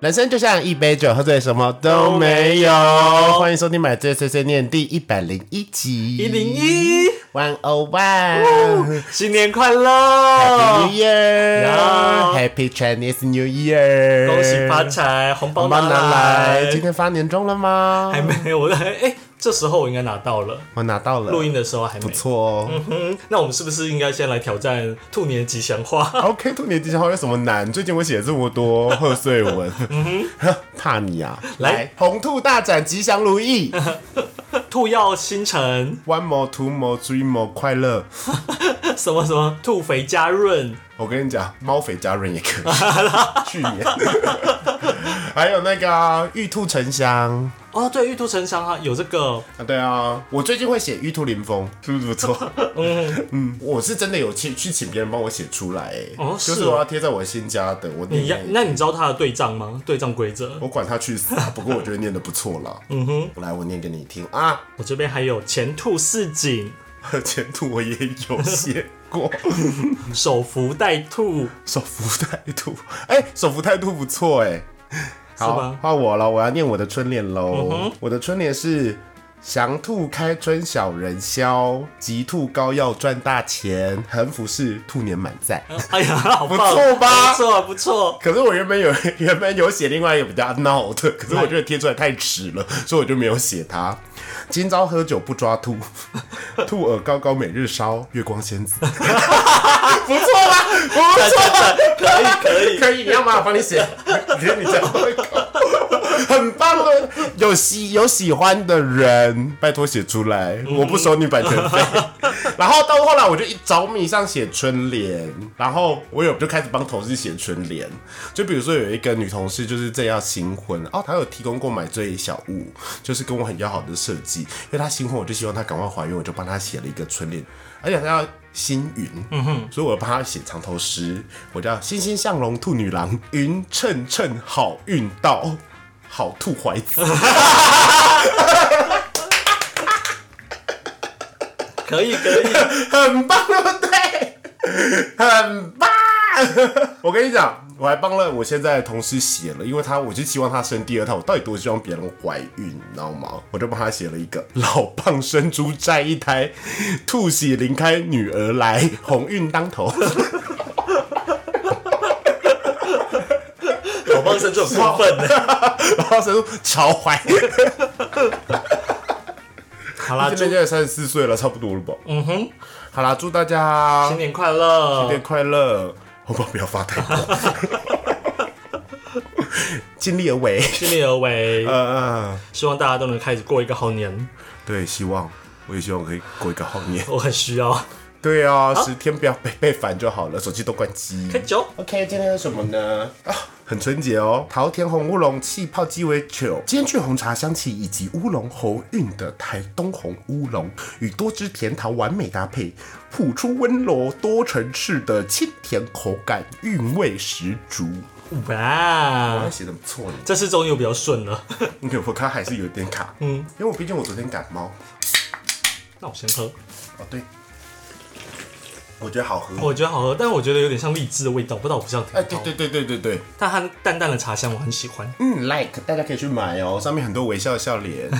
人生就像一杯酒，喝醉什么都没有。欢迎收听《买醉碎碎念》第一百零一集，一零一， One O One。新年快 Happy 乐 New！Year, Yeah Happy Chinese New Year，恭喜发，财，红包红包拿拿来！今来。天发年终了吗？还没有，我在哎，这时候我应该拿到了。我拿到了，录音的时候还没不。错哦。嗯，那我们是不是应该先来挑战兔年吉祥话？ OK，兔年吉祥话有什么难？最近我写了这么多贺岁 文， 怕你啊！嗯来，红兔大展，吉祥如意 兔耀星辰， ，One more, two more, three more，快乐。什么什么兔肥加润，我跟你讲，猫肥加润也可 以，去年。还有那个啊玉兔沉香哦，对，玉兔呈祥啊，有这个，啊，对啊，我最近会写玉兔临风，是不是不错？ 嗯，嗯，我是真的有去去请别人帮我写出来、欸，哦就是是哦我要贴在我新家的，我你念要念，那你知道它的对仗吗？对仗规则，我管他去死啊！不过我觉得念的不错了， 嗯哼，来我念给你听啊。 我这边还有前兔似锦，前途我也有写过，手扶带兔，手扶态度， 哎、手扶态度不错哎、好吗，换我了，我要念我的春联喽。嗯哼我的春联是：祥兔开春小人消，吉兔高要赚大钱。横幅是兔年满载。 哎呀，好棒，不错吧不错，不错。可是我原本有 原本有写另外一个比较闹的，可是我觉得贴出来太迟了，所以我就没有写它。今朝喝酒不抓兔， 兔耳高高每日烧，月光仙 子，不错吧？不错吧？可以可以，可以，你要吗？我帮你写，你你这样会搞很棒哦！有喜有喜欢的人，嗯拜托写出来，我不收你版权 费。然后到后来，我就一着迷上写春联，然后我有就开始帮同事写春联。就比如说有一个女同事就是正要新婚，哦，她有提供过买醉小物，就是跟我很要好的设计，因为她新婚，我就希望她赶快怀孕，我就帮她写了一个春联，而且她要。星云，嗯哼，所以我帮她写藏头诗，我叫“欣欣向荣兔女郎，云衬衬好运到，好兔怀子”，可以可 以，很棒，对不对？很棒！我跟你讲，我还帮了我现在的同事写了，因为他我就希望他生第二胎，我到底多希望别人怀孕，你知道吗？我就帮他写了一个老蚌生珠摘一胎，兔喜临开女儿来，鸿运当头。 我帮生这种过分的。然后生超怀， 好啦，今祝天也三十四岁了，差不多了吧？嗯哼，好啦，祝大家新年快乐新，年快乐，红包不要发太多， 尽力而为。 尽力而为，嗯嗯。希望大家都能开始过一个好年。对，希望我也希望我可以过一个好年。我很需要。 对啊，十天不要被被烦就好了，手机都关机。开酒， OK，今天有什么呢？啊，很春节哦，桃田红乌龙气泡鸡尾酒，兼具红茶香气以及乌龙喉韵的台东红乌龙，与多汁甜桃完美搭配，谱出温柔多层次的清甜口感，韵味十足。哇啊，，写的不错呢，这次终于比较顺了。你可我看还是有点卡，嗯，因为我毕竟我昨天感冒。那我先喝，哦，对，我觉得好喝。我觉得好喝，但我觉得有点像荔枝的味道，不知道我不像哎，甜对桃，对对对对对，但它淡淡的茶香我很喜欢。嗯，like 大家可以去买哦，上面很多微笑笑 脸，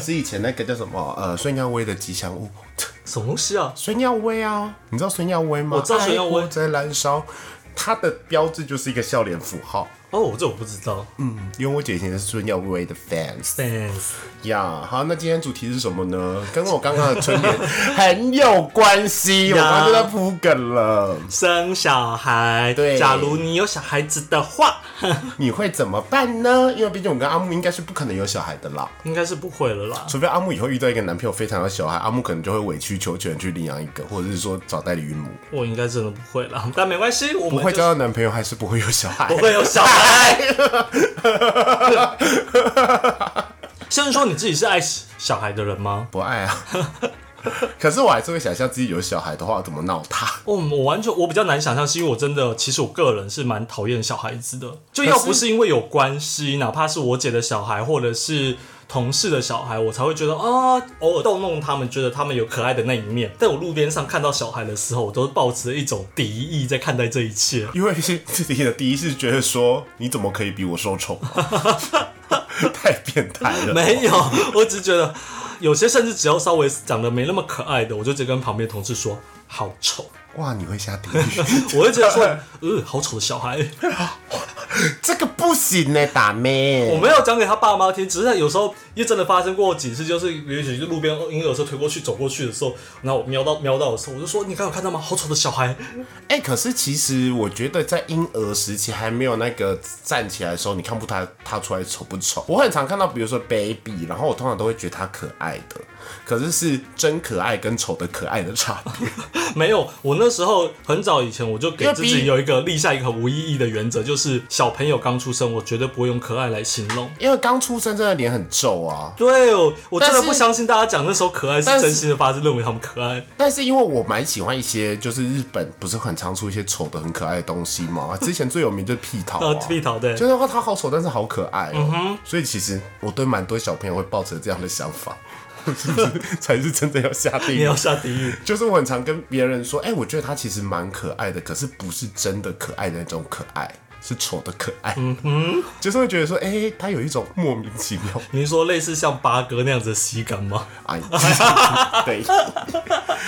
是以前那个叫什么呃孙耀威的吉祥物，什么东西啊？孙耀威啊，你知道孙耀威吗？我知道孙耀威爱火在燃烧，它的标志就是一个笑脸符号，哦，这我不知道。嗯，因为我姐以前是孙耀威的 fans Thanks。呀。好，那今天主题是什么呢？跟我刚刚的春联很有关 系，我刚刚就在铺梗了，生小孩，对假如你有小孩子的话， 你会怎么办呢？因为毕竟我跟阿木应该是不可能有小孩的啦。应该是不会了啦。除非阿木以后遇到一个男朋友非常有小孩，阿木可能就会委曲求全去领养一个，或者是说找代理孕 母。我应该真的不会啦， 但没关系，我不们会就交到男朋友，还是不会有小孩不。会有小孩。先说你自己是爱小孩的人吗？ 不爱啊。可是我还是会想象自己有小孩的话，怎么闹他？哦，我完全我比较难想象，是因为我真的，其实我个人是蛮讨厌小孩子的。就要不是因为有关系，哪怕是我姐的小孩，或者是同事的小孩，我才会觉得啊，偶尔逗弄他们，觉得他们有可爱的那一面。在我路边上看到小孩的时候，我都是抱持一种敌意在看待这一切。因为 是自己的第一是觉得说，你怎么可以比我受宠、啊 太变态了。没有，我只是觉得有些甚至只要稍微长得没那么可爱的，我就直接跟旁边同事说好丑，哇，你会下地狱， 我会觉得说，呃，好丑的小孩。这个不行呢、欸打妹。我没有讲给他爸妈听，只是有时候也真的发生过几次，就是也许就路边婴儿车推过去走过去的时候，然后我瞄到瞄到的时候，我就说你刚有看到吗？好丑的小孩。哎、可是其实我觉得在婴儿时期还没有那个站起来的时候，你看不他他出来丑不丑？我很常看到，比如说 baby，然后我通常都会觉得他可爱的，可是是真可爱跟丑的可爱的差别。 没有，我那时候很早以前我就给自因为己比有一个立下一个很无意义的原则，就是小朋友刚出生，我绝对不会用可爱来形容。因为刚出生真的脸很皱啊，对，我我真的但是不相信大家讲那时候可爱是但是真心的发自认为他们可爱。 但是因为我蛮喜欢一些，就是日本不是很常出一些丑的很可爱的东西嘛。之前最有名就是屁桃、呃啊，，蜜桃对，就是他好丑，但是好可爱哦、所以其实我对蛮多小朋友会抱着这样的想法， 是不是才是真的要下地你狱要？下地狱。就是我很常跟别人说，哎、我觉得他其实蛮可爱的，可是不是真的可爱的那种可爱，是丑的可爱。嗯哼，就是会觉得说，哎、他有一种莫名其妙您说类似像八哥那样子的喜感 吗？哎，对，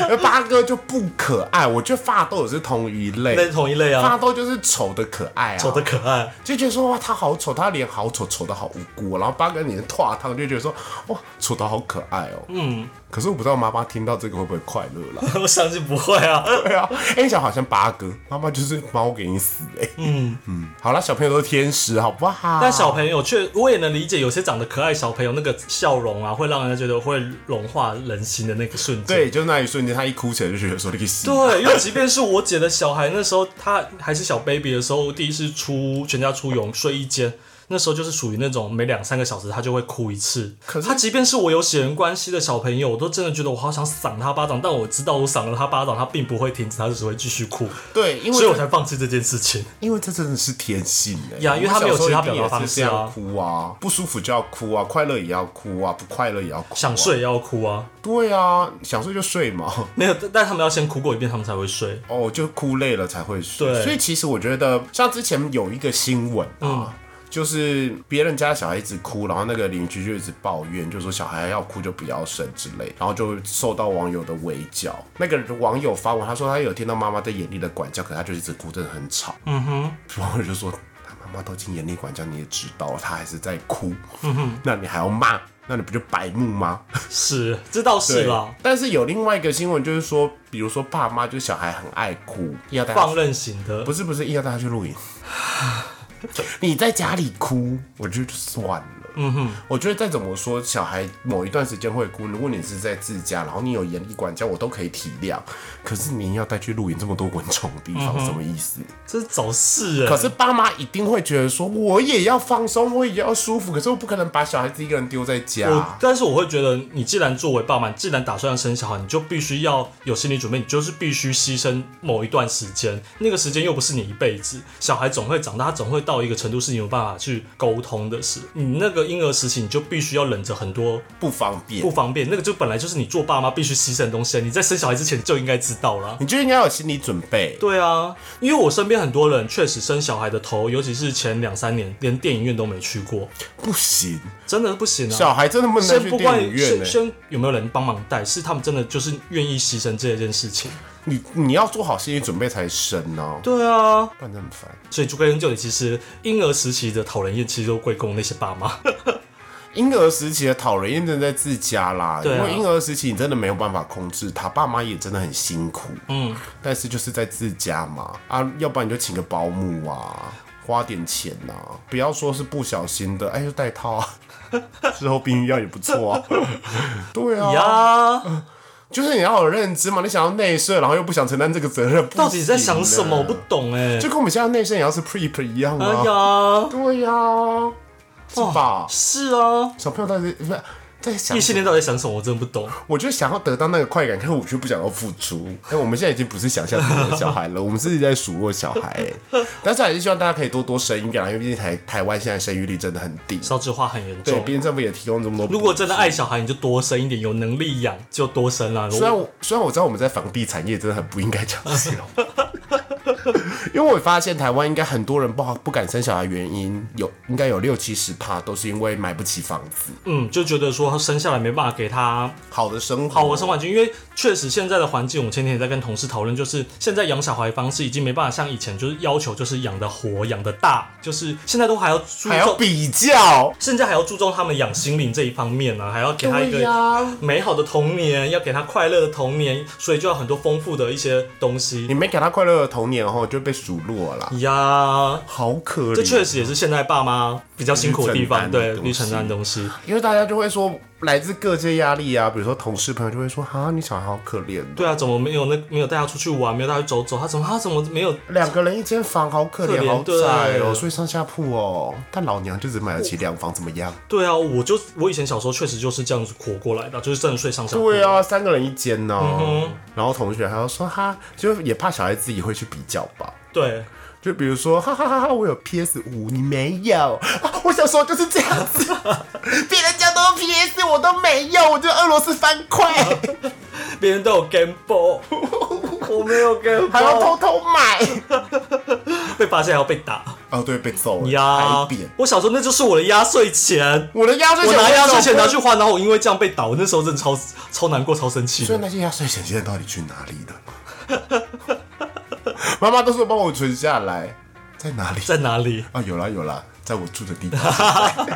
而八哥就不可爱，我觉得发豆也是同一类那，是同一类发啊，豆就是丑的可爱啊，丑的可爱。 就觉得说哇，他好丑，他脸好丑，丑的好无辜哦、然后八哥脸拓汤就觉得说哇，丑的好可爱哦、嗯，可是我不知道妈妈听到这个会不会快乐啦？我相信不会 啊。对啊，哎、你想好像八哥，妈妈就是猫给你死哎、嗯嗯，好啦，小朋友都是天使，好不好？但小朋友却，我也能理解，有些长得可爱小朋友那个笑容啊，会让人家觉得会融化人心的那个瞬间。对，就那一瞬间，他一哭起来就觉得说那个死。对，啊因为即便是我姐的小孩，那时候她还是小 baby 的时候，第一次出全家出游睡一间，那时候就是属于那种每两三个小时她就会哭一次。可是她即便是我有血缘关系的小朋友，我都真的觉得我好想赏她巴掌，但我知道我赏了她巴掌，她并不会停止，她只是会继续哭，对，因为所以我才放弃这件事情。因为这真的是天性哎、呀因为他没有其他表达方式式这啊样哭啊，不舒服就要哭啊，快乐也要哭啊，不快乐也要哭、啊。想？睡也要哭啊，对啊，想睡就睡嘛。没有，但但他们要先哭过一遍，他们才会睡。哦，就哭累了才会睡。对所以其实我觉得，像之前有一个新闻啊。就是别人家小孩一直哭，然后那个邻居就一直抱怨，就说小孩要哭就不要生之类，然后就受到网友的围剿。那个网友发文，他说他有听到妈妈在严厉的管教，可他就一直哭，真的很吵。嗯哼，网友就说他妈妈都已经严厉管教，你也知道了，他还是在哭。嗯哼，那你还要骂，那你不就白目吗？是，这倒是对啦，但是有另外一个新闻，就是说，比如说爸妈就是小孩很爱哭，要带他放任型的不。是不是，硬要带他去露营。你在家里哭，我觉得就算了。嗯哼，我觉得再怎么说，小孩某一段时间会哭，如果你是在自家，然后你有严厉管教，我都可以体谅。可是你要带去露营这么多蚊虫的地嗯方，什么意思？这是找事哎、可是爸妈一定会觉得说，我也要放松，我也要舒服，可是我不可能把小孩子一个人丢在家。我，但是我会觉得，你既然作为爸妈，你既然打算要生小孩，你就必须要有心理准备，你就是必须牺牲某一段时间，那个时间又不是你一辈子。小孩总会长大，他总会到一个程度是你有办法去沟通的事。你那个婴儿时期，你就必须要忍着很多不方便不，方便，那个就本来就是你做爸妈必须牺牲的东西啊，你在生小孩之前就应该知道啦。你就应该有心理准备。对啊，因为我身边很多人确实生小孩的头，尤其是前两三年，连电影院都没去过，不行，真的不行啊。小孩真的不能带先去不管电影院先呢、先有没有人帮忙带，是他们真的就是愿意牺牲这件事情。你你要做好心理准备才生哦、对啊，不然真的很烦。所以就归根究底，其实婴儿时期的讨人厌，其实都归功那些爸妈。婴儿时期的讨人厌真的在自家啦，对因啊为婴儿时期你真的没有办法控制他，爸妈也真的很辛苦，嗯，但是就是在自家嘛，啊，要不然你就请个保姆啊，花点钱呐、不要说是不小心的，哎，就带套啊， 之后避孕药也不错 啊，对啊， 呀，就是你要有认知嘛，你想要内射，然后又不想承担这个责任，到底在想什么？我不不行啊懂 哎、就跟我们现在内射也要是 prep 一样哎啊，呀，哦对呀、是吧？是啊，小朋友到底不是在想异什性么，恋到底想什么，我真的不懂。我就想要得到那个快感，可是我却不想要付 出。但我们现在已经不是想象中的小孩了，我们是在数落小孩、欸。但是还是希望大家可以多多生育啊，因为毕竟台台湾现在生育率真的很低。少子化很严对，重毕。竟政府也提供这么多补助。如果真的爱小孩，你就多生一点，有能力养就多生啦、虽然我我虽然我知道我们在房地产业真的很不应该这样形容， 因为我发现台湾应该很多人不好不敢生小孩，原因有应该有六七十趴都是因为买不起房子，嗯，就觉得说生下来没办法给他好的生活，好的生活环境，因为确实现在的环境，我前天也在跟同事讨论，就是现在养小孩方式已经没办法像以前，就是要求就是养的活、养的大，就是现在都还要注还要重，比较，甚至还要注重他们养心灵这一方面啊呢、还要给他一对个呀。美好的童年，要给他快乐的童年，所以就要很多丰富的一些东西你没给他快乐的童年后，就被数落了啦，呀。好可怜。这确实也是现在爸妈比较辛苦的地方，承担的对，东你承担西的东西。因为大家就会说来自各界压力啊，比如说同事朋友就会说啊，你小孩好可怜哦，对啊，怎么没有那没有带他出去玩，没有带他走走，他怎么他怎么没有两个人一间房好可可怜，怜好窄哦，对睡上下铺哦。但老娘就只买得起两房，怎么样？对啊，我就我以前小时候确实就是这样子活过来的，就是真的睡上下铺。对啊，三个人一间呢、嗯然后同学还要说哈，就也怕小孩自己会去比较吧。对，就比如说，哈哈哈哈，我有 PS 五，你没有、啊我小时候就是这样 子，别人家都有 PS，我都没有，我就俄罗斯方块，别人都有 Game Boy，我没有 Game 还要 Boy，偷偷买。被发现还要被打哦，对，被揍了，呀还扁。！我小时候那就是我的压岁钱，我的压岁我钱，拿压岁钱拿我去花，然后我因为这样被打，我那时候真的超超难过、超生气所以的。那些压岁钱现在到底去哪里了？ 妈妈都说帮我存下来，在哪里？在哪里？啊，有啦有啦，在我住的地 方。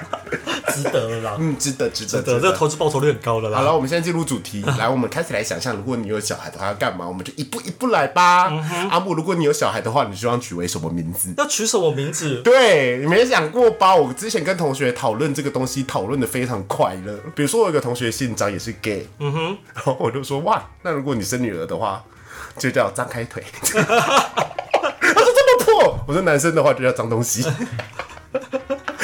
值得了啦，嗯， 值得值得值得，这个投资报酬率很高的好啦。了，我们现在进入主 题，来，我们开始来想象，如果你有小孩的话要干嘛？我们就一步一步来吧。嗯阿木，如果你有小孩的话，你希望取为什么名字？要取什么名字？对，你没想过吧？我之前跟同学讨论这个东西，讨论的非常快乐。比如说，我有个同学姓张，也是 gay，嗯哼，然后 我就说哇，那如果你生女儿的话，就叫张开腿。他说这么破，我说男生的话就叫张东西。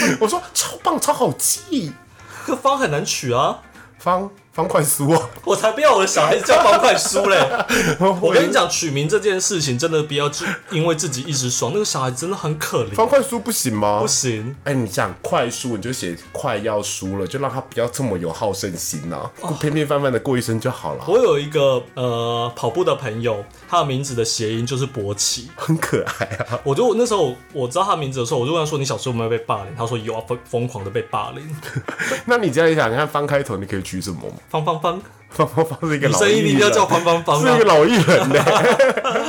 我说超棒，超好记，这个方很难取啊！方方块酥哦。 我才不要我的小孩子叫方块酥 嘞！我跟你讲，取名这件事情真的不要去因为自己一时爽，那个小孩真的很可怜。方块酥不行吗？不行，哎、你想快输，你就写快要输了，就让他不要这么有好胜心呐、啊，平平凡凡的过一生就好了，我有一个呃跑步的朋友，他的名字的谐音就是勃起。很可爱啊。我就那时候我知道他名字的时候，我就问他说：“你小时候有没有被霸凌？”他说：“有啊，疯疯狂的被霸 凌。那你这样一想，你看翻开头，你可以取什么吗？”方方方，方方方是一个女老生艺一人，定要叫方方方是啊一个！老艺人呢、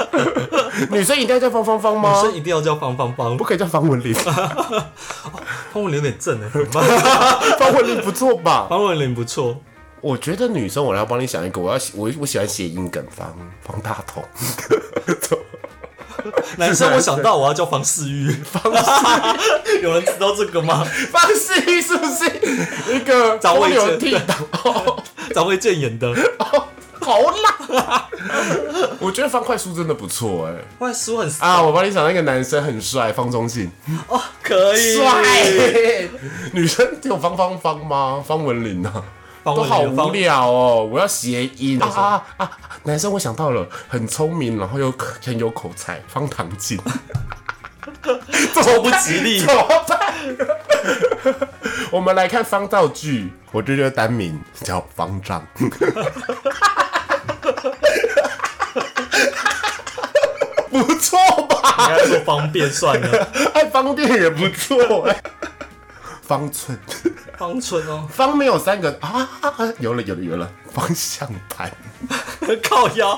女生一定要叫方方方女吗？生一定要叫方方方不，可以叫方文 琳，方文琳有点正 哎、怎么办方文琳不错吧？方文琳不错，我觉得女生，我来帮你想一个，我要我我喜欢谐音梗，方方大 同，啊男生我想到我要叫方世玉。方世 玉，有人知道这个吗？方世玉是不是一个张风卫流健倜傥？哦张卫健演的。好辣！ 我觉得方块酥真的不错哎、外叔很帅啊，我帮你想那个男生很帅，方中信哦，可以，帅。女生只有方方方吗？方文琳啊，方都文好琳无方聊哦。我要谐音啊啊啊！男生我想到了，很聪明，然后又很有口才，方唐镜。 这超不吉 利怎么办？我们来看方道具，我这就是单名叫方丈。 不错吧？你还说方便算了，哎，方便也不错哎、方寸，方寸哦，方没有三个啊，有了有了有了，方向 盘，靠腰，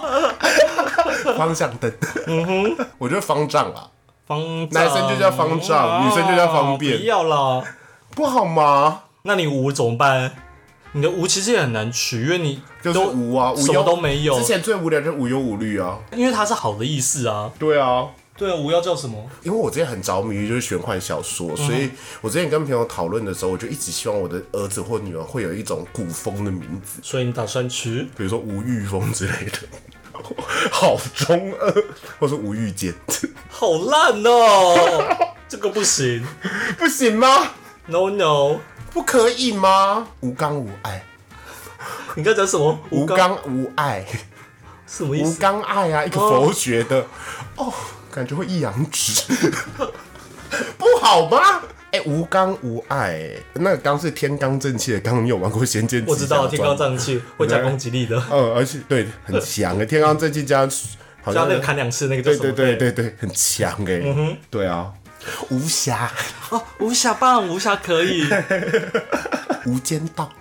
方向灯。嗯我觉得方丈啊啦，方丈男啊生就叫方丈女生就叫方便不要啦。不好吗？那你无怎么办？你的无其实也很难取，因为你就是都无啊，无什忧么都没有之，前最无聊就是无忧无虑啊。因为它是好的意思啊。对啊，对啊，无要叫什么？因为我之前很着迷于就是玄幻小嗯说，所以我之前跟朋友讨论的时候，我就一直希望我的儿子或女儿会有一种古风的名字，所以你打算取？比如说吴玉峰之类的， 好中二，或者说吴玉坚， 好烂哦，这个不行不行吗？ ，no no，不可以吗？无刚无爱，你刚讲什么？无刚刚无爱，什 么意无思？刚爱啊，一个佛学的，哦，感觉会一阳指， 不好吗？哎、无刚无爱、那个刚是天罡正气的刚，你有玩过《仙剑》？我知道天罡瘴气会加对攻击力的，嗯，而且对很 强的欸天罡正气加好加像那个砍两次那个叫对什么？对对对对，很强哎、嗯对啊，无暇哦，无暇棒，无暇可以。 无间 道，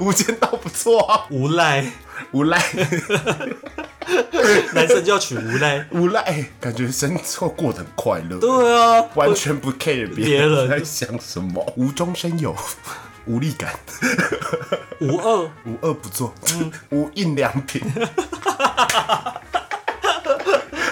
无间道不错啊，无赖，无赖男生就要取无赖。无赖，感觉生活过得很快乐，对啊，完全不 care 别别人在想什么，无中生有，无力感，无二，无恶不作，嗯无印良 品。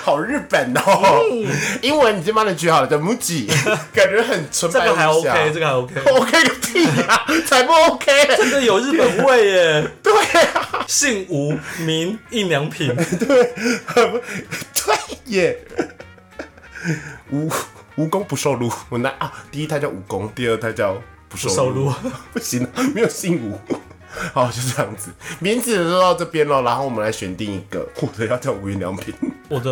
好日本哦，嗯英文已经帮你取好了的 Muji，感觉很纯这白个还无瑕 OK，这个还 OK， OK 个屁呀、才不 OK！真的有日本味耶。对啊，姓吴名印良品， 对耶，无无功不受禄。我拿啊，第一胎叫无功，第二胎叫不受不受禄禄， 不行啊，没有姓吴。好，就这样子，名字就到这边了。然后我们来选定一个， 或者要叫无印良品，我的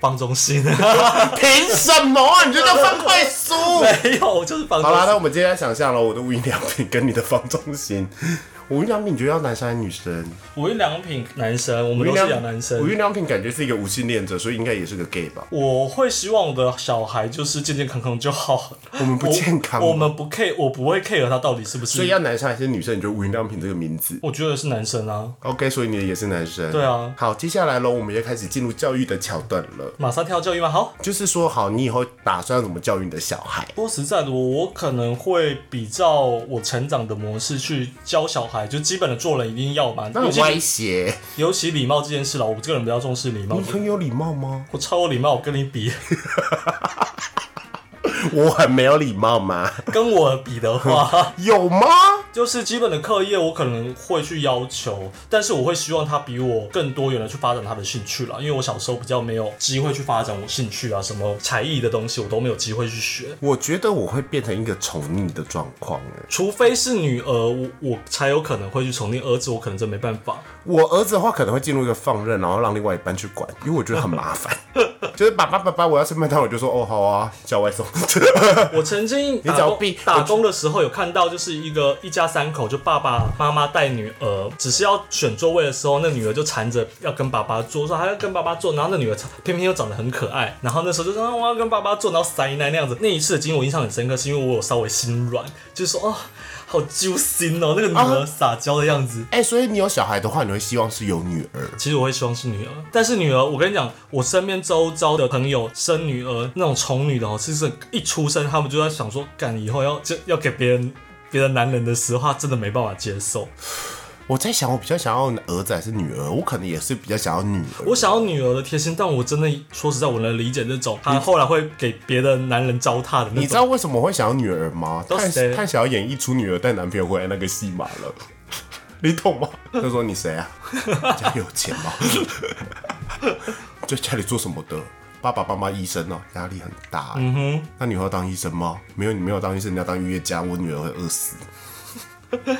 方中信 凭什么啊？你就叫方块酥。没有，我就是 方好啦，中那信。我们今天来想象了我的无印良品跟你的方中信。无印良品，你觉得要男生还是女生？无印良品男生，我无们印都是良养男无生。印良品感觉是一个无性恋者，所以应该也是个 gay 吧？我会希望我的小孩就是健健康康就好。我们不健康吗我们不 care，我不会 care 他到底是不所以是。要男生还是女生？你觉得无印良品这个名字我觉得是男生啊， ？OK，所以你也是男生。对啊好，接下来喽，我们也开始进入教育的桥段了。马上跳教育吗？好，就是说，好，你以后打算要怎么教育你的小孩？说实在的，我我可能会比照我成长的模式去教小孩，就基本的做人一定要嘛。那尤很其歪斜，尤其礼貌这件事了，我这个人比较重视礼貌你。很有礼貌吗？我超有礼貌，我跟你比， 我很没有礼貌吗？跟我比的话， 有吗？就是基本的课业我可能会去要求，但是我会希望他比我更多元的去发展他的兴趣啦，因为我小时候比较没有机会去发展我兴趣啊，什么才艺的东西我都没有机会去学。我觉得我会变成一个宠溺的状况。哎，除非是女儿，我我才有可能会去宠溺儿子，我可能真没办法。我儿子的话可能会进入一个放任，然后让另外一半去管，因为我觉得很麻 烦。就是爸爸爸爸，我要吃麦当劳，我就说哦好啊，叫外送。 我曾经打只要工避打工的时候有看到，就是一个一家三口，就爸爸妈妈带女儿，只是要选座位的时候，那女儿就缠着要跟爸爸坐，说还要跟爸爸坐，然后那女儿偏偏又长得很可爱，然后那时候就说、啊我要跟爸爸坐，然后塞奶那样子。那一次的经历我印象很深刻，是因为我有稍微心软，就是说哦，好揪心哦，那个女儿撒娇的样子。哎、所以你有小孩的话，你会希望是有女儿。其实我会希望是女儿，但是女儿，我跟你讲，我身边周遭的朋友生女儿那种宠女的哦，其实一出生他们就在想说，干以后要这要给别人别的男人的时候，他真的没办法接受。 我在想，我比较想要儿子还是女儿？我可能也是比较想要女儿。我想要女儿的贴心，但我真的说实在，我能理解那种她后来会给别的男人糟蹋的那你知种。道为什么我会想要女儿吗？都看谁看想要演绎出女儿带男朋友回来那个戏码 了，你懂吗？他说你谁啊？家里有钱吗？在家里做什么的？爸爸妈妈医生哦，压力很大。嗯哼，那你以后要当医生吗？没有，你没有当医生，你要当音乐家，我女儿会饿 死。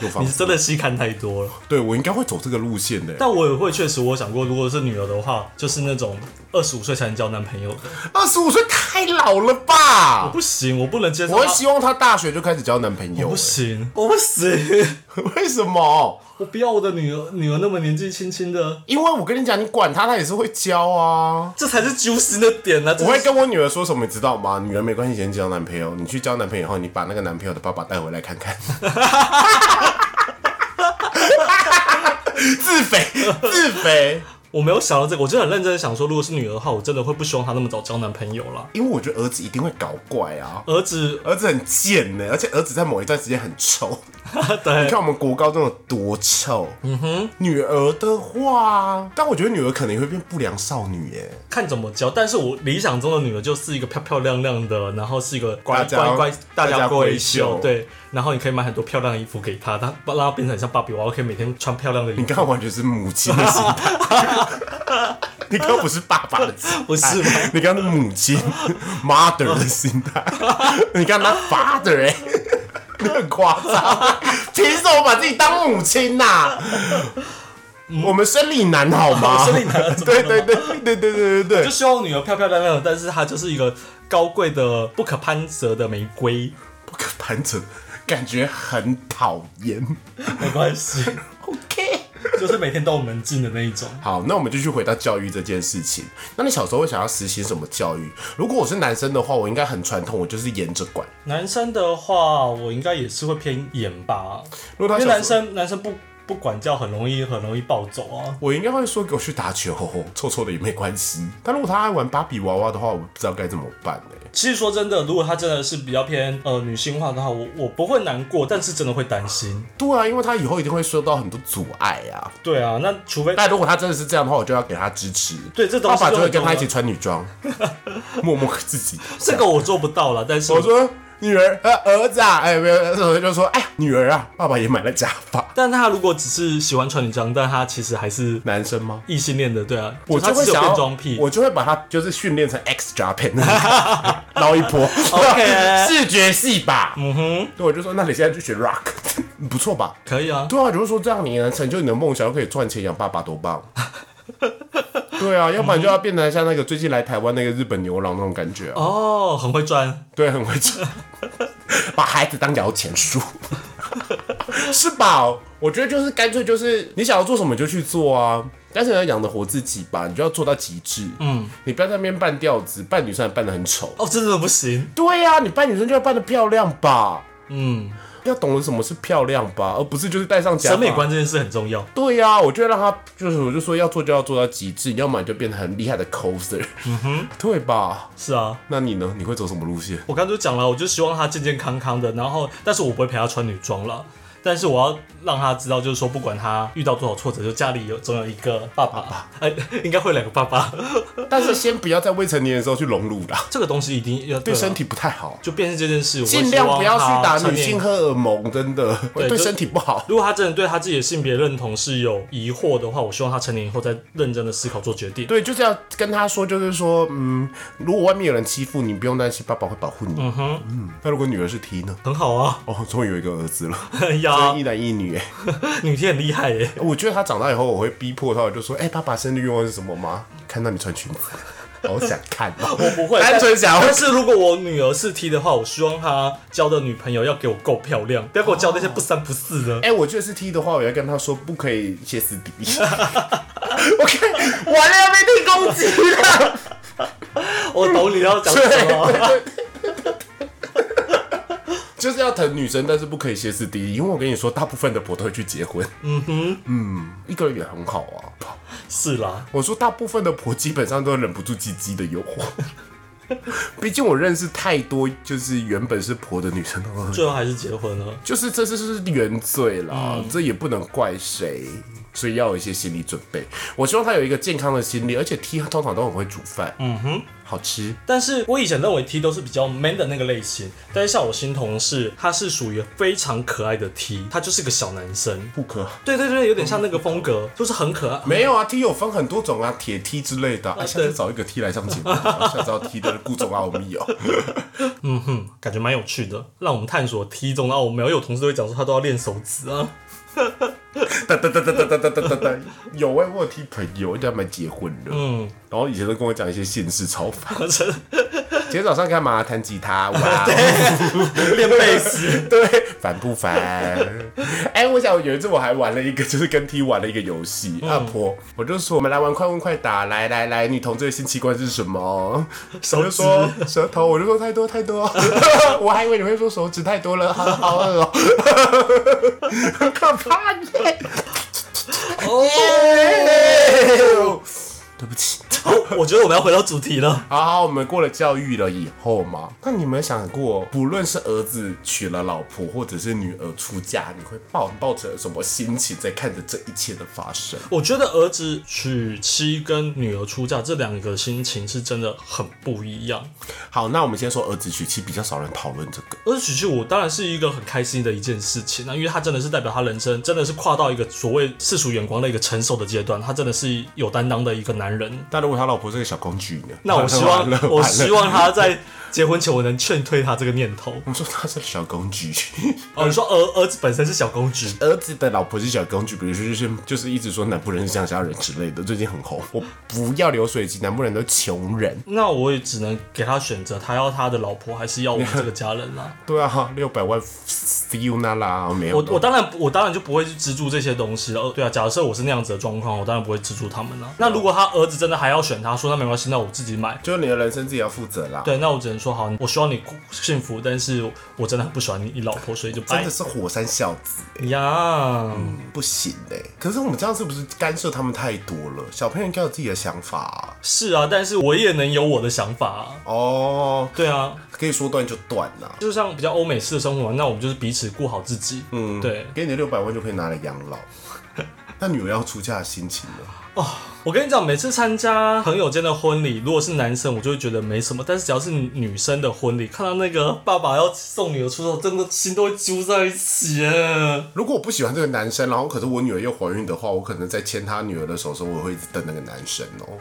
有房你子，真的细看太多了，对我应该会走这个路线的。但我也会确实，我有想过，如果是女儿的话，就是那种二十五岁才能交男朋友的，二十五岁太老了吧？不行，我不能接受我她。会希望她大学就开始交男朋友不。行，我不行。欸为什么？我不要我的女儿，女儿那么年纪轻轻的，因为我跟你讲，你管她，她也是会教啊。这才是揪心的点呢、啊。这我是会跟我女儿说什么，你知道吗？女儿没关系，先交男朋友。你去交男朋友以后，你把那个男朋友的爸爸带回来看 看。自肥， 自肥。我没有想到这个，我真的很认真的想说，如果是女儿的话，我真的会不希望她那么早交男朋友啦。因为我觉得儿子一定会搞怪啊，儿子，儿子很贱呢、而且儿子在某一段时间很臭。你呃对，看我们国高中有多臭。嗯哼，女儿的话，但我觉得女儿可能也会变不良少女耶、看怎么教。但是我理想中的女儿就是一个漂漂亮亮的，然后是一个乖大家乖乖，大大家家闺闺秀秀，对。然后你可以买很多漂亮的衣服给她，她让她变成像芭比娃娃，可以每天穿漂亮的衣你服，刚刚完全是母亲的心态，你刚刚不是爸爸的心态，不是吗？你刚刚是母亲 mother 的心态，你刚刚 father 哎、你很夸张，凭什么把自己当母亲呐、我们生理男好吗？生理男怎么对了对对对对对对对就希望女儿漂漂亮亮的，但是她就是一个高贵的、不可攀折的玫 瑰，不可攀扯，感觉很讨厌。没关系， OK，就是每天都有门禁的那一种。好，那我们继续回到教育这件事情。那你小时候会想要实行什么教育？如果我是男生的话，我应该很传统，我就是沿着管。男生的话，我应该也是会偏严吧，如果因他为小男时候，生男生不不管教，很容易很容易暴走啊。我应该会说给我去打球，臭臭的也没关系。但如果他爱玩芭比娃娃的话，我不知道该怎么办欸呢、其实说真的，如果他真的是比较偏呃女性化的话，我我不会难过，但是真的会担心。对啊，因为他以后一定会受到很多阻碍啊。对啊，那除非但如果他真的是这样的话，我就要给他支持。对这东爸西爸就会跟他一起就很穿女 装，默默自己。这个我做不到了，但是我说女儿呃儿子啊，哎没有，那时候就说哎女儿啊，爸爸也买了假发。但他如果只是喜欢穿女装，但他其实还是男生吗？异性恋的，对啊，我他就只会是有想变要装癖。我就会把他就是训练成 X Japan，捞一波 OK 视觉系吧。嗯哼，对，我就说那你现在去学 rock，不 错吧？可以啊，对啊，就是说这样你能成就你的梦想，又可以赚钱养爸爸，多棒！ 对啊，要不然就要变成像那个最近来台湾那个日本牛郎那种感觉啊，哦，很会赚，对，很会赚， 把孩子当摇钱树， 是吧？我觉得就是干脆就是你想要做什么就去做啊，但是你要养得活自己吧，你就要做到极致。嗯，你不要在那边扮调子，扮女生还扮得很丑。哦，真的不行，对呀、啊，你扮女生就要扮得漂亮吧，嗯，要懂得什么是漂亮吧，而不是就是戴上假发审美观这件事很重要。对呀、我就让他就是，我就说要做就要做到极致，你要么你就变成很厉害的 coser，嗯哼，对吧？是啊，那你呢？你会走什么路线？我刚刚就讲了，我就希望他健健康康的，然后，但是我不会陪他穿女装了。但是我要让他知道，就是说，不管他遇到多少挫折，就家里有总有一个爸啊爸，哎、 应该会有两个爸爸。但是先不要在未成年的时候去融入啦，这个东西一定要对身啊体不太好，就变成这件事，我会尽量希望不要去他打成女年性荷尔蒙，真的对对就身体不好。如果他真的对他自己的性别认同是有疑惑的话，我希望他成年以后再认真的思考做决定。对，就是要跟他说，就是说，嗯，如果外面有人欺负你，不用担心，爸爸会保护你。嗯哼，嗯，那如果女儿是 T 呢？很好啊，哦，终于有一个儿子 了，哎呀真一，男一女哎。女 T 很厉害耶，我觉得他长大以后，我会逼迫他，我就说：“哎、爸爸生日愿望是什么吗？看到你穿裙子， 好想看哦。我不会单纯想要但但是如果我女儿是 T 的话，我希望她交的女朋友要给我够漂亮，不要给我交那些不三不四的。哎、我觉得是 T 的话，我要跟他说不可以歇斯底里。 我看完了要被 T 攻击 了。我懂你要讲什 么，就是要疼女生，但是不可以歇斯底里，因为我跟你说，大部分的婆都会去结婚。嗯哼，嗯，一个人也很好啊。是啦，我说大部分的婆基本上都忍不住鸡鸡的诱惑， 毕竟我认识太多就是原本是婆的女生了。最后还是结婚了。就是这就是原罪啦，这也不能怪谁，所以要有一些心理准备。我希望他有一个健康的心理，而且 T 通常都很会煮饭，嗯哼，好吃。但是我以前认为 T 都是比较 man 的那个类型，但是像我新同事，他是属于非常可爱的 T，他就是个小男生。不可对对对，有点像那个风格，就是很可爱，没有啊，T 有分很多种啊，铁 T 之类的啊。哎，下对次找一个 T 来上节目，好下次要 T 的顾总奥秘哦。感觉蛮有趣的，让我们探索 T 中的奥妙。有同事都会讲说他都要练手指啊，哒哒哒哒哒哒哒哒哒，有哎、我有 T 朋友，人家们结婚了，嗯，然后以前都跟我讲一些现世超凡。 真今天早上干嘛？弹吉他，哇，练贝 斯，对，烦不烦？哎、我想有一次我还玩了一个， 就是跟 T 玩了一个游戏，嗯阿婆，我就说我们来玩快问快答，来来来，女同志的性器官是什 么？我手就指说舌头，我就说太多太多， 我还以为你会说手指太多了， 好好饿哦，很可怕耶！哦 对不起。好，我觉得我们要回到主题了。好好，我们过了教育了以后嘛，那你有没有想过，不论是儿子娶了老婆，或者是女儿出嫁，你会抱抱着什么心情在看着这一切的发生？我觉得儿子娶妻跟女儿出嫁这两个心情是真的很不一样。好，那我们先说儿子娶妻，比较少人讨论这个。儿子娶妻，我当然是一个很开心的一件事情那因为他真的是代表他人生，真的是跨到一个所谓世俗眼光的一个成熟的阶段，他真的是有担当的一个男男人。 但如果他老婆是个小公举呢？那我希望 完了，我完了希望他在结婚前我能劝退他这个念头。我说他是小公举，哦，你说儿儿子本身是小公举， 儿子的老婆是小公举，比如说就是就是一直说南部人是乡下人之类的，最近很红。我不要流水席，南部人都穷人。那我也只能给他选择，他要他的老婆还是要我这个家人啦、对啊，六百万，see you 那啦，没有。我我当然我当然就不会去资助这些东西了。呃对啊，假设我是那样子的状况，我当然不会资助他们了。那如果他儿子真的还要选他，说那没关系，那我自己买。就是你的人生自己要负责啦。对，那我只能说好，我希望你幸福，但是我真的很不喜欢你你老婆，所以就真拜的是火山孝子，欸呀。不行嘞、可是我们这样是不是干涉他们太多了？小朋友应该有自己的想法啊、是啊，但是我也能有我的想法、啊。哦，对啊，可以说断就断啊啦、就像比较欧美式的生活嘛，那我们就是彼此顾好自己。嗯，对。给你的六百万就可以拿来养老。 那女儿要出嫁的心情呢？我跟你讲，每次参加朋友间的婚礼，如果是男生，我就会觉得没什么；但是只要是女生的婚礼，看到那个爸爸要送女儿出手，真的心都会揪在一起耶。如果我不喜欢这个男生，然后可是我女儿又怀孕的话，我可能在牵她女儿的手的时候，我会一直瞪那个男生哦、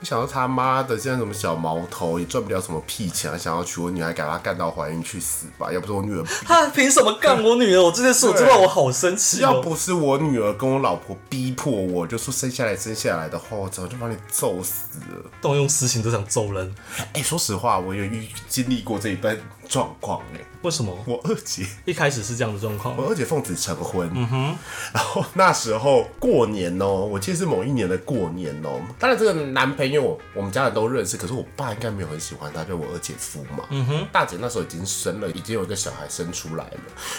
我想到他妈的，现在什么小毛头也赚不了什么屁钱，还想要娶我女儿，给她干到怀孕去死吧！要不是我女儿，他凭什么干我女儿？我这件事我知道，我好生气要哦。不是我女儿跟我老婆逼迫我，就说生下来生下来的话，我早就把你揍死了。动用私刑都想揍人，哎、说实话，我有遇经历过这一段状况哎、为什么？我二姐。一开始是这样的状况我，二姐奉子成婚，嗯哼，然后那时候过年哦、我记得是某一年的过年哦、当然这个男朋友我们家人都认识，可是我爸应该没有很喜欢他，就我二姐夫嘛，嗯哼，大姐那时候已经生了，已经有一个小孩生出来了，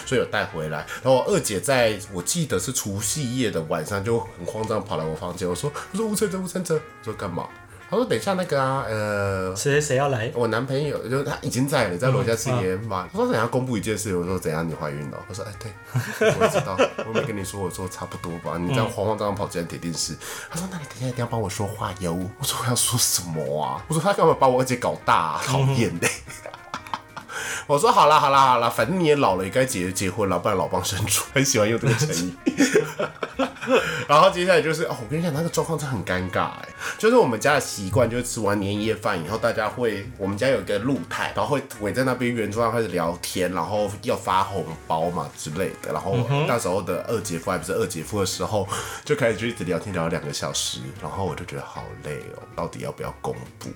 所以有带回来。然后我二姐在我记得是除夕夜的晚上就很慌张跑来我房间，我说我说吴承哲吴承哲，我说干嘛？他说等一下那个啊，呃，谁谁谁要来？我男朋友就是他已经在了，在楼下吃年夜饭。他说等下公布一件事，我说怎样你怀孕了？我说哎对， 我知道，我没跟你说，我说差不多吧。你这样慌慌张张跑进来铁定是。他说那你等一下一定要帮我说话哟。我说我要说什么啊？我说他干嘛把我二姐搞大、啊？讨厌的。 我说好啦好啦好啦，反正你也老了，也该结结婚了，不然老帮生猪。 很喜欢用这个成语。然后接下来就是哦，我跟你讲，那个状况真的很尴尬哎，就是我们家的习惯就是吃完年夜饭以后，大家会我们家有一个露台，然后会围在那边圆桌上开始聊天，然后要发红包嘛之类的。然后那时候的二姐夫还不是二姐夫的时候，就开始就一直聊天聊了两个小时，然后我就觉得好累哦，到底要不要公布？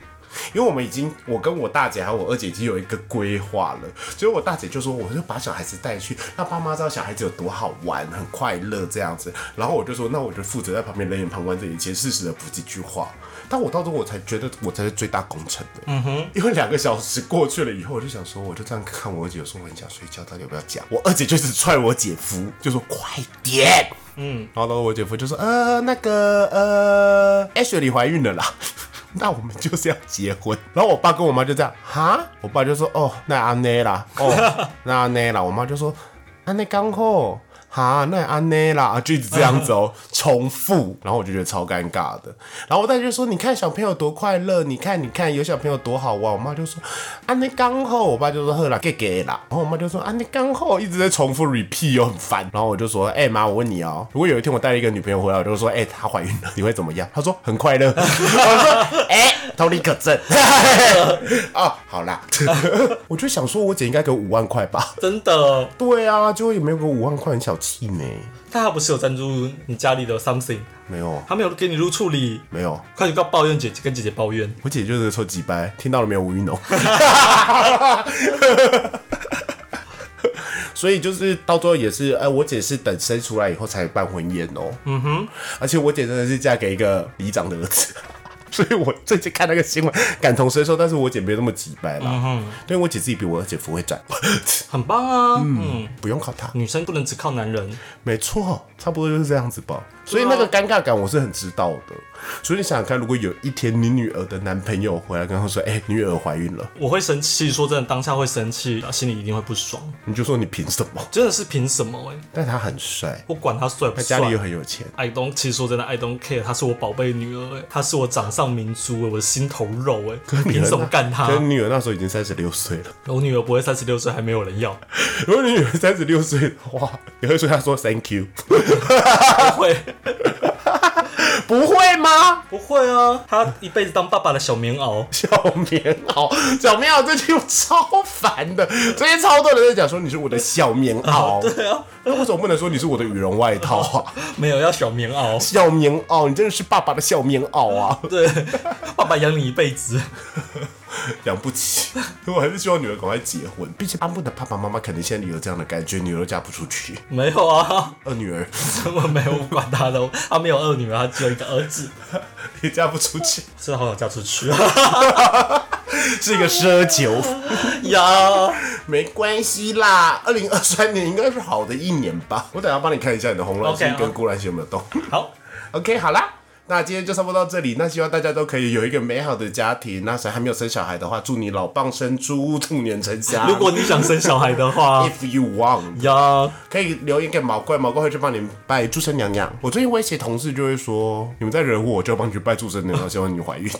因为我们已经，我跟我大姐还有我二姐已经有一个规划了，所以我大姐就说，我就把小孩子带去，让爸妈知道小孩子有多好玩，很快乐这样子。然后我就说，那我就负责在旁边冷眼旁观这一切，适时的补几句话。但我到最后我才觉得我才是最大功臣的，嗯哼，因为两个小时过去了以后，我就想说，我就这样看我二姐，我说我很想睡觉，到底要不要讲？我二姐就是踹我姐夫，就说快点，嗯，然后呢，我姐夫就说，呃，那个呃，Ashley 怀孕了啦。 那我们就是要结婚。然后我爸跟我妈就这样，哈，我爸就说，哦，那安内啦，哦，那安内啦。我妈就说，安内刚好，哈，那安内啦，啊，就一直这样子哦，重复。然后我就觉得超尴尬的。然后我大姐就说，你看小朋友多快乐，你看你看有小朋友多好啊玩。我妈就说，安内刚好，我爸就说，啊呵啦，给给啦。然后我妈就说，安内刚好，一直在重复 repeat 哦，很烦。然后我就说，哎、妈，我问你哦，如果有一天我带了一个女朋友回来，我就说，哎、她怀孕了，你会怎么样？她说很快乐。我说，哎、同理可证。哦，好啦， 我就想说，我姐应该给我五万块吧。真的，对啊，结果也没有给我五万块，很小气呢。他不是有赞助你家里的 something，没有，他没有给你入处理，没有，快去告抱怨姐姐，跟姐姐抱怨。我姐就是个臭鸡掰，听到了没有，吴云 龙。所以就是到最后也是，哎、我姐是等生出来以后才办婚宴哦、嗯哼，而且我姐真的是嫁给一个里长的儿子。 所以我最近看那个新闻，感同身受，但是我姐没有那么急掰啦。嗯、对我姐自己比我姐夫会转，很棒啊，嗯， 不用靠她。女生不能只靠男人，没错，差不多就是这样子吧。所以那个尴尬感我是很知道的。所以你想想看，如果有一天你女儿的男朋友回来跟她说：“哎、女儿怀孕了我会生气。说真的，当下会生气，心里一定会不爽。”，你就说你凭什么？真的是凭什么、欸？哎， 但他很帅，我管他帅不他家里又帅。很有钱。 I don't，其实说真的，I don't care，她是我宝贝女儿、欸，她是我掌上明珠、欸，我的心头肉、欸，哎，凭什么干她可？是女儿那时候已经三十六岁了。 我女儿不会三十六岁还没有人要，如果你女儿三十六岁的话，你会对她说 “thank you”，不会。 不会吗？，不会啊，他一辈子当爸爸的小棉袄小棉袄，小棉袄这句超烦的，最近超多人在讲说你是我的小棉袄，对啊，那为什么不能说你是我的羽绒外套 啊？没有要小棉袄，小棉袄，你真的是爸爸的小棉袄啊，对，爸爸养你一辈子，养不起。我还是希望女儿赶快结婚，毕竟阿木的爸爸妈妈肯定现在也有这样的感觉，女儿都嫁不出去，没有啊，二女儿 怎么没有我管他的？他没有二女儿，他只有一个儿子，也嫁不出去，真的好想嫁出去啊！是一个奢 求。呀，没关系啦，二零二三年应该是好的一年吧。我等下帮你看一下你的红鸾星 OK，好跟孤鸾星有没有动。 好， OK，好啦。那今天就差不多到这里，那希望大家都可以有一个美好的家庭。那谁还没有生小孩的话，祝你老蚌生珠，兔年成家。 如果你想生小孩的话， If you want，呀，可以留言给毛怪，毛怪会去帮你拜祝生娘娘。我最近威胁同事就会说，你们在惹我，我就要帮你去拜祝生娘娘，希望你怀孕，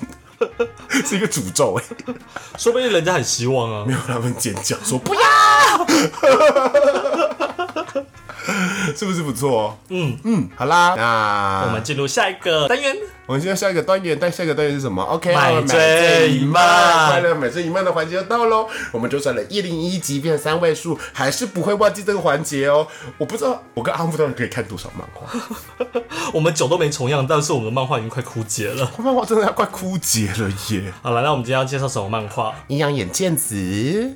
是一个诅咒哎、说不定人家很希望啊。让他们尖叫说不要， 是不是不错？嗯嗯，好啦，那我们进入下一个单元，我们现在下一个单元，但下一个单元是什么？OK，买好了醉一漫快乐买醉一漫的环节就到喽。我们就算了一零一级变三位数，还是不会忘记这个环节哦。我不知道我跟阿木到底可以看多少漫画，我们酒都没重样，但是我们的漫画已经快枯竭了。漫画真的要快枯竭了耶！好了，那我们今天要介绍什么漫画？阴阳眼见子，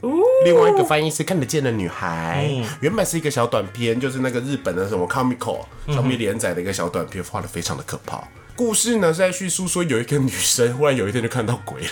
哦另外一个翻译是看得见的女孩。嗯原本是一个小短片，就是那个日本的什么 Comico 嗯上面连载的一个小短片，画的非常的可怕。故事呢是在叙述说有一个女生忽然有一天就看到鬼了，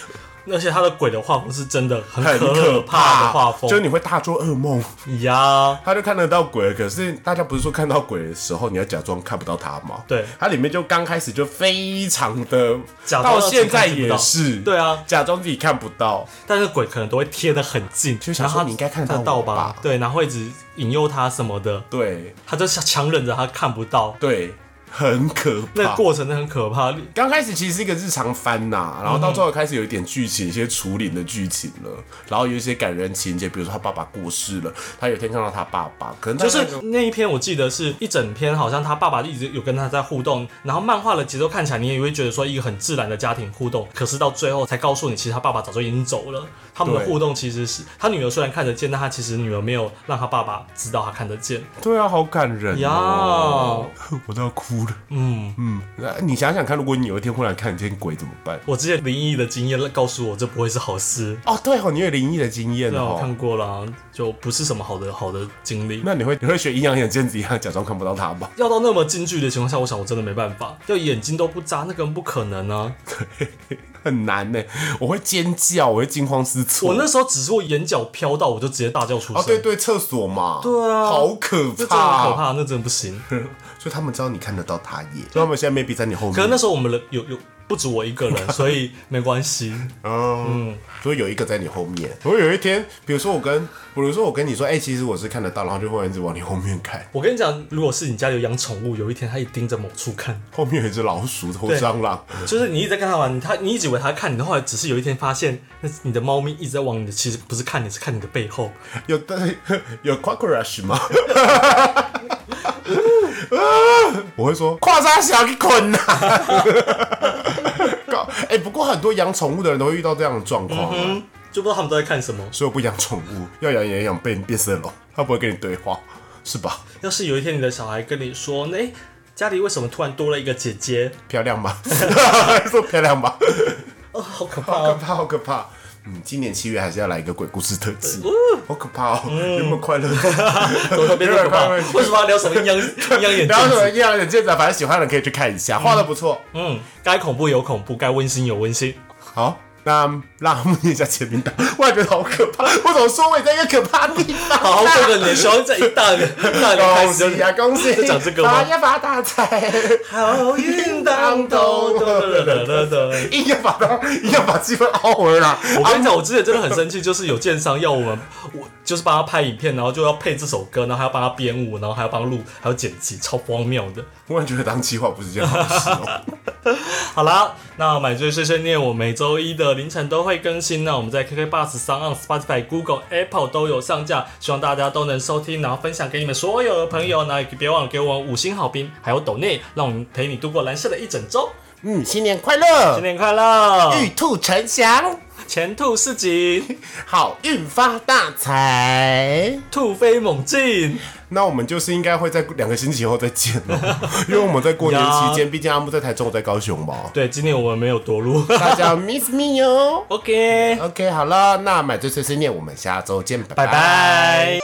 而且他的鬼的画风是真的 很很可怕的画就是风你会大做噩梦。呀，她就看得到鬼了，可是大家不是说看到鬼的时候你要假装看不到她吗？对它里面就刚开始就非常的，假到装自己现在看不也到是，对啊假装自己看不到。但是鬼可能都会贴得很近，就想然说后他你应该看得得到我吧？吧对，然后会一直引诱他什么的，对他就强忍着他看不到，对，很可怕。那个过程真的很可怕。刚开始其实是一个日常番呐、然后到最后开始有一点剧情，一些处理的剧情了，然后有一些感人情节，比如说他爸爸过世了，他有一天看到他爸爸，可能他就是那个那一篇，我记得是一整篇，好像他爸爸一直有跟他在互动，然后漫画的节奏看起来，你也会觉得说一个很自然的家庭互动，可是到最后才告诉你，其实他爸爸早就已经走了。他们的对互动其实是他女儿虽然看得见，但他其实女儿没有让他爸爸知道他看得见对啊，好感人呀。哦，我都要哭了。嗯，嗯，那你想想看，如果你有一天忽然看见鬼怎么办？我之前灵异的经验告诉我，这不会是好事。哦，对哦，你有灵异的经验对啊，我看哦。过了，就不是什么好的好的经历。那你会你会学阴阳眼见子一样假装看不到他吗？要到那么近距离的情况下，我想我真的没办法，要眼睛都不眨，那根本不可能啊！很难呢，我会尖叫，我会惊慌失措。我那时候只是我眼角飘到，我就直接大叫出声。哦，对对，厕所嘛，对啊好可那真的怕，很可怕，那真的 不行。所以他们知道你看得到他耶，所以他们现在 maybe 在你后可是那面，时候我们人有有不止我一 个人，所以没关系。嗯，所以有一个在你后面。我有一天，比如说我跟，比如说我跟你说，哎、其实我是看得到，然后就会一直往你后面看，我跟你讲，如果是你家里有养宠物，有一天它一盯着某处看，后面有一只老鼠或蟑螂，就是你一直在跟它玩，它你一直以为它看你，后来只是有一天发现，那你的猫咪一直在往你的，其实不是看你，是看你的背后。 有但有 cockroach 吗？ 我会说跨沙小给捆呐。 搞哎、不过很多养宠物的人都会遇到这样的状况、啊，就不知道他们都在看什么。所以我不养宠物，要养也养变变色龙，它不会跟你对话，是吧？要是有一天你的小孩跟你说，哎、家里为什么突然多了一个姐姐？漂亮 吗？说漂亮吧，哦，好可怕、好可哦！怕，好可怕。嗯，今年七月还是要来一个鬼故事特辑，好可怕哦！嗯有没有 快乐？怎么会变这么可怕？有点快为什么要聊什 么阴阳阴阳眼然后镜什么子？阴阳眼见子，反正喜欢的人可以去看一下，画的不错。嗯，该恐怖有恐怖，该温馨有 温馨。好，那让我们念一下签名档，我也觉得好可 怕。我怎么说我也在一个可怕的地方？好，这个你小在一大个一大个 开恭始喜啊，就恭喜！就讲这个吗发呀发大财，好运 当头。得得得得得硬要把它硬要把气氛熬回来。我跟你讲，我之前真的很生气，就是有建商要我们，我就是帮他拍影片，然后就要配这首歌，然后还要帮他编舞，然后还要帮他录，还要剪辑，超荒谬的。 我也觉得当计划不是件好事哦。好啦，那买醉碎碎念，我每周一的凌晨都会更新。那我们在 KK Bus、s o n Spotify、Google、Apple 都有上架，希望大家都能收听，然后分享给你们所有的朋友。那也别忘了给我们五星好评，还有抖内，让我们陪你度过蓝色的一整周。嗯，新年快乐新，年快乐， 玉兔呈祥，前兔似锦，好运发大财。兔飞猛进。那我们就是应该会在两个星期后再见了， 因为我们在过年期间，毕竟阿木在台中，我在高雄嘛。对，今年我们没有夺路。 大家 miss me 哦。 OK， OK，好了，那买醉碎碎念，我们下周见，拜拜拜。